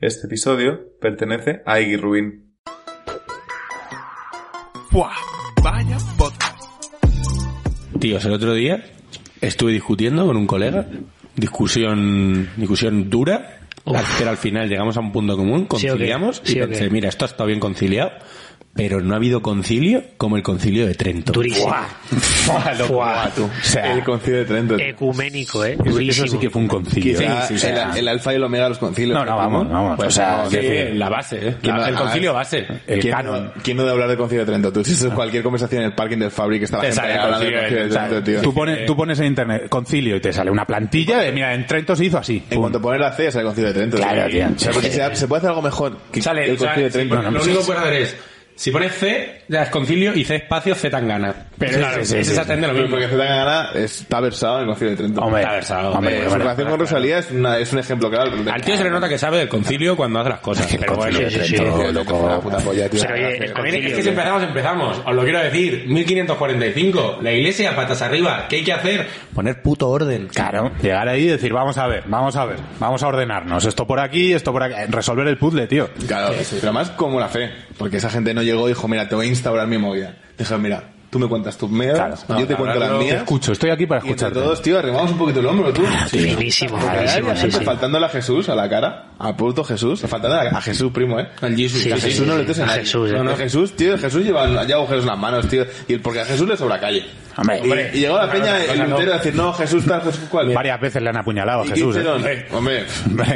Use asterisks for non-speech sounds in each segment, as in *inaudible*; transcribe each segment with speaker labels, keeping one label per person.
Speaker 1: Este episodio pertenece a Iggy Rubin.
Speaker 2: ¡Buah! Vaya podcast.
Speaker 3: Tíos, el otro día estuve discutiendo con un colega, discusión, discusión dura, al- pero al final llegamos a un punto común,
Speaker 4: Sí, ok.
Speaker 3: conciliamos y
Speaker 4: Sí, ok.
Speaker 3: pensé, mira, esto ha estado bien conciliado, pero no ha habido concilio como el concilio de Trento.
Speaker 4: Durísimo.
Speaker 3: *laughs* Buah, loco, buah, tú. O sea,
Speaker 1: El concilio de Trento.
Speaker 4: Ecuménico, eh.
Speaker 3: eso-
Speaker 4: Durísimo.
Speaker 3: eso sí que fue un concilio.
Speaker 5: Quizá
Speaker 3: Sí, sí, sí.
Speaker 5: el, el alfa y el omega de los concilios.
Speaker 3: No, no, vamos, vamos.
Speaker 5: Pues,
Speaker 3: o sea,
Speaker 5: no,
Speaker 3: sí,
Speaker 5: quiero decir,
Speaker 3: la base, ¿eh?
Speaker 5: ¿quién
Speaker 3: La-
Speaker 5: no-
Speaker 3: el concilio base, el
Speaker 1: ¿Quién,
Speaker 3: canon.
Speaker 1: no,
Speaker 5: ¿Quién no debe hablar de concilio de Trento? Tú, si eso es cualquier conversación en el parking del Fabric, está la
Speaker 3: Te
Speaker 5: gente
Speaker 3: sale el
Speaker 5: hablando del
Speaker 3: concilio
Speaker 5: concilio
Speaker 3: de
Speaker 5: de
Speaker 3: Trento,
Speaker 5: Trento, tío.
Speaker 2: Tú, pone- tú pones en internet concilio y te sale una plantilla de, mira, en Trento se hizo así.
Speaker 5: En cuanto poner la C, ya sale el concilio de Trento.
Speaker 3: Claro, tío.
Speaker 5: O sea, porque se, se puede hacer algo mejor que
Speaker 3: Sale,
Speaker 5: el
Speaker 3: o sea,
Speaker 5: concilio de
Speaker 3: si
Speaker 5: Trento.
Speaker 3: pones-
Speaker 5: No,
Speaker 3: lo
Speaker 5: no,
Speaker 3: único
Speaker 5: sí.
Speaker 3: que puedes hacer es, si pones C, ya es concilio y C espacio, C tan gana. Pero
Speaker 2: Sí,
Speaker 3: claro,
Speaker 2: sí, sí,
Speaker 3: es
Speaker 2: sí,
Speaker 3: exactamente lo
Speaker 5: Pero
Speaker 3: mismo.
Speaker 5: Porque se gana está versado en el concilio de Trento.
Speaker 2: Hombre,
Speaker 3: Está versado,
Speaker 2: hombre,
Speaker 3: hombre.
Speaker 5: Su
Speaker 2: hombre.
Speaker 5: relación con Rosalía es, una- es un ejemplo claro.
Speaker 3: Al tío se le nota que sabe del concilio cuando hace las cosas. Pero bueno,
Speaker 4: concilio, sí, sí.
Speaker 3: Trento,
Speaker 5: Tío,
Speaker 3: loco.
Speaker 5: es una puta polla, tío.
Speaker 4: Pero oye, el
Speaker 3: A ver, es que
Speaker 4: concilio.
Speaker 3: si empezamos, empezamos. Os lo quiero decir. 1545. La iglesia, patas arriba. ¿Qué hay que hacer? Poner puto orden.
Speaker 2: Claro, llegar ahí y decir, vamos a ver, vamos a ver, vamos a ordenarnos, esto por aquí, esto por aquí, resolver el puzzle, tío.
Speaker 5: Claro, pero más como la fe, porque esa gente no llegó y dijo, mira, te voy a instaurar mi movida. Dijeron, mira, tú me cuentas tus mierdas,
Speaker 2: Claro.
Speaker 5: yo te
Speaker 3: No,
Speaker 5: cuento
Speaker 3: no,
Speaker 5: las
Speaker 3: no,
Speaker 5: mías.
Speaker 2: Escucho, estoy aquí para
Speaker 5: Y entre
Speaker 2: escuchar.
Speaker 5: todos, tío, arrimamos un poquito el hombro, tú.
Speaker 4: Finísimo,
Speaker 5: Porque hay
Speaker 4: finísimo, sí,
Speaker 5: gente
Speaker 4: sí.
Speaker 5: faltándole a Jesús a la cara, a puto Jesús, faltando a, a Jesús, primo, eh.
Speaker 3: Al Jesus.
Speaker 4: Sí,
Speaker 5: a
Speaker 4: sí,
Speaker 5: Jesús no le tes
Speaker 4: a
Speaker 5: en nadie.
Speaker 4: Jesús, eh.
Speaker 5: no, no, Jesús, tío, Jesús lleva ya agujeros en las manos, tío, y el- porque a Jesús le sobra calle.
Speaker 2: Hombre,
Speaker 5: Y-
Speaker 2: hombre.
Speaker 5: y, llegó la peña,
Speaker 2: Claro,
Speaker 5: el
Speaker 2: no.
Speaker 5: Lutero, a decir, no, Jesús tal, Jesús cual.
Speaker 2: Varias veces le han apuñalado a
Speaker 5: ¿Y qué
Speaker 2: Jesús.
Speaker 5: hicieron?
Speaker 2: ¿eh?
Speaker 5: Hombre,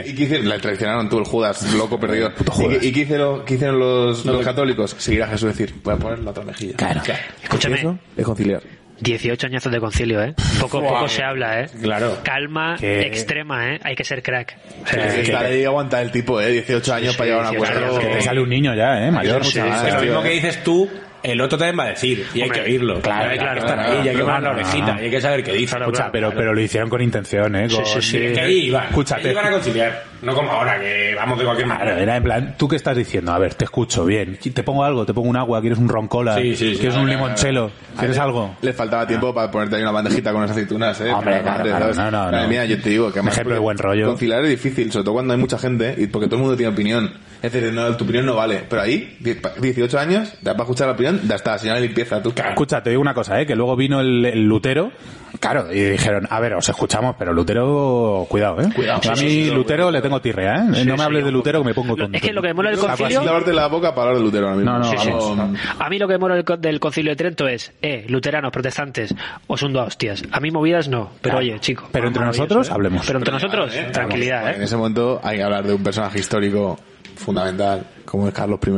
Speaker 5: ¿y qué hicieron? Le traicionaron tú, el Judas, loco perdido. ¿Y,
Speaker 2: Judas.
Speaker 5: qué, y qué hicieron, qué hicieron los, los católicos? Seguir a Jesús y decir, voy a poner la otra mejilla. Eh,
Speaker 4: Escúchame,
Speaker 5: Es conciliar.
Speaker 4: 18 añazos de concilio, eh. Poco, poco se habla, eh.
Speaker 3: Claro.
Speaker 4: Calma
Speaker 2: Que-
Speaker 4: extrema, eh. Hay que ser crack. O sea,
Speaker 5: Estar ahí aguanta el tipo, eh, 18
Speaker 4: Sí,
Speaker 5: años este para llevar una
Speaker 4: 18
Speaker 5: cuerda.
Speaker 4: años.
Speaker 2: Que
Speaker 5: Claro.
Speaker 2: te sale un niño ya, ¿eh? Mayor.
Speaker 4: Sí, sí, sí.
Speaker 5: mucha
Speaker 3: es
Speaker 5: madre,
Speaker 3: Ah, lo mismo
Speaker 5: tío,
Speaker 3: que
Speaker 5: eh.
Speaker 3: dices tú, el otro también va a decir. Y hay
Speaker 4: Hombre,
Speaker 3: que oírlo.
Speaker 2: claro,
Speaker 3: hay
Speaker 2: claro,
Speaker 3: que estar ahí,
Speaker 2: claro,
Speaker 3: y hay que
Speaker 2: claro,
Speaker 3: poner la
Speaker 2: claro.
Speaker 3: orejita, y hay que saber qué dice.
Speaker 2: Escucha, pero, pero lo hicieron con intención, ¿eh? Con-
Speaker 4: Sí, sí, sí.
Speaker 3: Que ahí iban.
Speaker 2: Escúchate.
Speaker 3: Ahí iban a conciliar. No como ahora, que vamos de cualquier
Speaker 2: Claro,
Speaker 3: manera.
Speaker 2: era en plan, ¿tú qué estás diciendo? A ver, te escucho, bien. Te pongo algo, te pongo un agua, quieres un roncola,
Speaker 3: Sí, sí, sí.
Speaker 2: quieres un limonchelo, quieres algo.
Speaker 5: Le faltaba tiempo para ponerte ahí una bandejita con unas aceitunas, eh. Madre,
Speaker 2: Hombre, claro, claro,
Speaker 5: ¿sabes?
Speaker 2: no, no,
Speaker 5: Madre
Speaker 2: no.
Speaker 5: mía, yo te digo que además
Speaker 2: Ejemplo de
Speaker 5: porque
Speaker 2: buen rollo.
Speaker 5: Conciliar es difícil, sobre todo cuando hay mucha gente, y porque todo el mundo tiene opinión. Es decir, no, tu opinión no vale. Pero ahí, 18 años, da para escuchar la opinión, ya está, señora de limpieza, tú.
Speaker 2: Escucha, te digo una cosa, ¿eh? que luego vino el, el Lutero, claro, y dijeron, a ver, os escuchamos, pero Lutero, cuidado, ¿eh?
Speaker 5: Cuidado,
Speaker 2: Yo a
Speaker 5: sí,
Speaker 2: mí
Speaker 5: sí, sí,
Speaker 2: Lutero le tengo tirrea, ¿eh? no me
Speaker 4: sí,
Speaker 2: hables de
Speaker 4: un
Speaker 2: Lutero que me pongo tonto.
Speaker 4: Es que lo que mola del
Speaker 5: Así
Speaker 4: concilio.
Speaker 5: lavarte la boca para hablar de Lutero ahora mismo.
Speaker 2: No, no,
Speaker 4: Sí, sí.
Speaker 5: vamos.
Speaker 4: A mí lo que mola del co- del concilio de Trento es, eh, luteranos, protestantes, os hundo a hostias. A mí movidas no, pero
Speaker 2: Claro.
Speaker 4: oye, chico.
Speaker 2: Pero entre
Speaker 4: maravilloso,
Speaker 2: nosotros,
Speaker 4: eh.
Speaker 2: hablemos.
Speaker 4: Pero entre nosotros,
Speaker 5: Vale,
Speaker 4: tranquilidad,
Speaker 5: vamos. En
Speaker 4: eh.
Speaker 5: ese momento hay que hablar de un personaje histórico fundamental, como es Carlos I.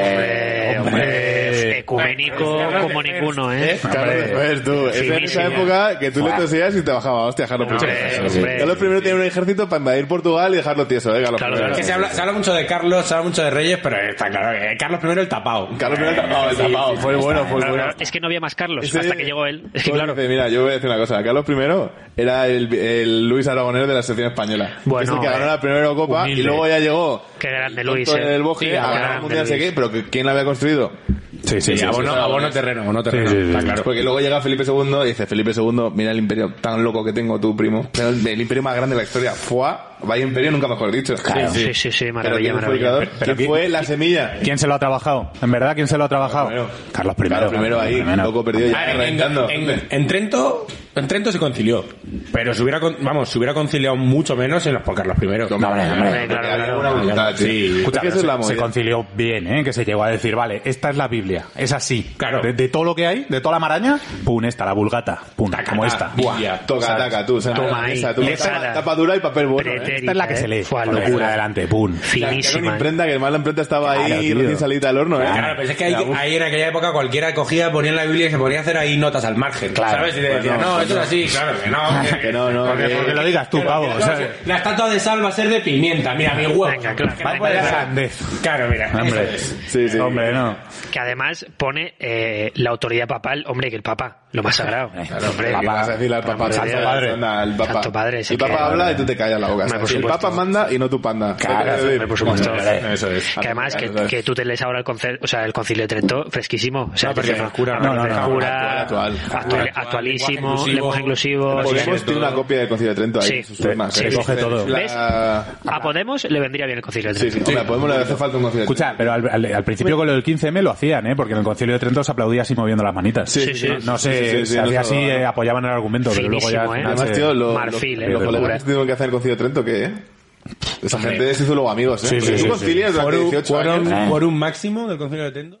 Speaker 4: Hombre, hombre, ecuménico como ninguno, eh.
Speaker 5: Carlos I, tú. Es en esa
Speaker 4: Finísimo.
Speaker 5: época que tú le tosías y te bajaba, hostia, Carlos
Speaker 4: Hombre,
Speaker 5: I.
Speaker 4: hombre.
Speaker 5: Carlos I tiene un ejército para invadir Portugal y dejarlo tieso, eh, Carlos
Speaker 4: Claro,
Speaker 5: I.
Speaker 4: claro,
Speaker 3: Es que se habla, se habla mucho de Carlos, se habla mucho de Reyes, pero está claro que Carlos I el tapado.
Speaker 5: Carlos I el tapado, el tapado. Fue bueno, fue
Speaker 4: Claro,
Speaker 5: bueno.
Speaker 4: claro, es que no había más Carlos
Speaker 5: Ese-
Speaker 4: hasta que llegó él. Es que
Speaker 5: Todo
Speaker 4: claro.
Speaker 5: dice, mira, yo voy a decir una cosa. Carlos I era el, el Luis Aragonés de la selección española.
Speaker 4: Bueno,
Speaker 5: es el que
Speaker 4: eh.
Speaker 5: ganó la primera copa
Speaker 2: Humilde.
Speaker 5: y luego ya llegó.
Speaker 4: Qué grande,
Speaker 5: el
Speaker 4: Luis,
Speaker 5: tonto
Speaker 4: eh.
Speaker 5: del bosque
Speaker 4: Sí,
Speaker 5: a ganar
Speaker 4: grande,
Speaker 5: el mundial, no sé
Speaker 4: Luis.
Speaker 5: qué, pero que- ¿quién la había construido?
Speaker 3: Sí,
Speaker 2: Sí, sí, sí. sí.
Speaker 3: abono, abono terreno, abono terreno.
Speaker 2: Sí, sí, sí.
Speaker 3: Está claro.
Speaker 5: Porque luego llega Felipe II y dice, Felipe II, mira el imperio tan loco que tengo tú, primo. Pero el, el imperio más grande de la historia. Fua, vaya imperio, nunca mejor dicho.
Speaker 4: Claro, sí, sí, sí,
Speaker 5: Pero
Speaker 4: maravilla,
Speaker 5: ¿quién fue
Speaker 4: maravilla.
Speaker 5: el creador?
Speaker 2: Pero
Speaker 5: ¿Quién
Speaker 2: ¿quién-
Speaker 5: fue la semilla?
Speaker 2: ¿Quién se lo ha trabajado? ¿En verdad quién se lo ha trabajado?
Speaker 5: Primero.
Speaker 2: Carlos I.
Speaker 5: Claro, primero ahí,
Speaker 2: I.
Speaker 5: loco perdido, ya
Speaker 3: Ah, en-
Speaker 5: reventando.
Speaker 3: en, en Trento en Trento se concilió pero se hubiera con- vamos se hubiera conciliado mucho menos en los por Carlos I
Speaker 4: hombre,
Speaker 5: Porque
Speaker 4: claro,
Speaker 5: había
Speaker 4: claro,
Speaker 5: una
Speaker 4: claro.
Speaker 5: voluntad, tío.
Speaker 3: Sí.
Speaker 5: Es
Speaker 2: Escucha,
Speaker 5: que
Speaker 2: pero
Speaker 5: eso es la
Speaker 2: se, se
Speaker 5: movida.
Speaker 2: concilió bien, ¿eh? Que se llegó a decir, vale, esta es la Biblia, es así.
Speaker 3: Claro.
Speaker 2: De, de todo lo que hay, de toda la maraña, pum, esta, la vulgata, pum, como esta.
Speaker 3: Buah.
Speaker 5: Toca, taca, tú. se
Speaker 4: Toma
Speaker 5: la
Speaker 4: ahí,
Speaker 5: mesa, tú.
Speaker 4: pesada.
Speaker 5: Tapa, tapa dura y papel bueno. ¿eh?
Speaker 4: Pretérita,
Speaker 2: Esta es la que
Speaker 4: eh.
Speaker 2: se lee.
Speaker 4: Fue
Speaker 2: Joder,
Speaker 4: locura.
Speaker 2: Adelante, pum.
Speaker 5: La- que Era una
Speaker 4: Finísima. eh.
Speaker 5: imprenta que además la imprenta estaba
Speaker 2: Claro,
Speaker 5: ahí
Speaker 2: tío.
Speaker 5: recién salida del horno, ¿eh?
Speaker 3: Claro, pero es que ahí, ahí era aquella época cualquiera cogía, ponía en la Biblia y se ponía a hacer ahí notas al margen. ¿Sabes? Y te decía, no,
Speaker 5: no,
Speaker 3: eso es así, claro que no.
Speaker 5: Que no, no,
Speaker 3: Porque,
Speaker 5: que-
Speaker 3: porque
Speaker 2: lo digas tú,
Speaker 3: que lo
Speaker 2: pavo,
Speaker 3: digas
Speaker 2: o
Speaker 3: tú,
Speaker 2: sea.
Speaker 3: La estatua de sal va a ser de pimienta, mira, mi
Speaker 5: ¿eh?
Speaker 3: huevo.
Speaker 4: Venga, claro,
Speaker 3: Va
Speaker 4: venga,
Speaker 3: por
Speaker 4: venga.
Speaker 3: esa- Claro, mira. eso
Speaker 2: Hombre,
Speaker 3: es.
Speaker 5: Sí, sí.
Speaker 2: hombre, no.
Speaker 4: Que además pone eh, la autoridad papal, hombre, que el papa, lo más sagrado.
Speaker 2: Claro,
Speaker 4: hombre,
Speaker 5: ¿Qué vas a decirle al
Speaker 4: por
Speaker 5: papá?
Speaker 4: amor de
Speaker 5: Santo
Speaker 4: Dios.
Speaker 5: padre. Anda, el papá.
Speaker 4: Santo padre, sí
Speaker 5: el papá
Speaker 4: que-
Speaker 5: habla y tú te callas la boca.
Speaker 4: Hombre, por
Speaker 5: el
Speaker 4: supuesto.
Speaker 5: papá manda y no tu panda.
Speaker 4: Claro,
Speaker 5: ¿Qué te
Speaker 4: hombre, por supuesto.
Speaker 5: Hombre, Eso es.
Speaker 4: Que además, que,
Speaker 5: Eso es.
Speaker 4: que tú te lees ahora el, concel- o sea, el concilio de Trento fresquísimo. O sea,
Speaker 3: No, porque
Speaker 4: que-
Speaker 3: frescura,
Speaker 4: no,
Speaker 2: no, no, no.
Speaker 4: frescura,
Speaker 5: Actual, actual.
Speaker 4: actual-
Speaker 3: Actual,
Speaker 4: actualísimo,
Speaker 3: lenguaje
Speaker 4: lenguaje inclusivo.
Speaker 3: inclusivo.
Speaker 4: sí, sí.
Speaker 5: Podemos tiene una copia del Concilio de Trento ahí.
Speaker 4: Sí.
Speaker 5: en sus firmas,
Speaker 4: Sí,
Speaker 5: ¿eh?
Speaker 4: sí.
Speaker 2: Coge todo.
Speaker 5: La-
Speaker 4: A Podemos le vendría bien el concilio de
Speaker 5: Sí,
Speaker 4: Trento.
Speaker 5: sí. Hombre, podemos le hace falta un Concilio de Trento.
Speaker 2: Escucha, pero al, al- al principio con lo del 15M lo hacían, ¿eh? Porque en el concilio de Trento se aplaudía así moviendo las manitas.
Speaker 5: Sí,
Speaker 4: sí, sí.
Speaker 2: No, no
Speaker 5: Sí,
Speaker 2: sé,
Speaker 5: sí, sí,
Speaker 2: se
Speaker 5: no
Speaker 2: hacía
Speaker 5: se
Speaker 2: así,
Speaker 5: lo-
Speaker 2: eh, apoyaban el argumento, pero luego ya...
Speaker 4: Finísimo, ¿eh?
Speaker 2: al final
Speaker 5: Además,
Speaker 2: se-
Speaker 5: tío, lo-
Speaker 4: Marfil,
Speaker 5: lo-
Speaker 4: eh,
Speaker 5: los
Speaker 4: locura.
Speaker 5: colegas que tuvieron que hacer el Concilio de Trento, ¿qué? eh? Esa gente se hizo luego amigos, ¿eh?
Speaker 2: Sí, sí,
Speaker 5: Tú
Speaker 2: sí, sí.
Speaker 5: concilias durante 18 años.
Speaker 3: Quórum-
Speaker 2: Eh.
Speaker 3: quórum máximo del Concilio de Tendo?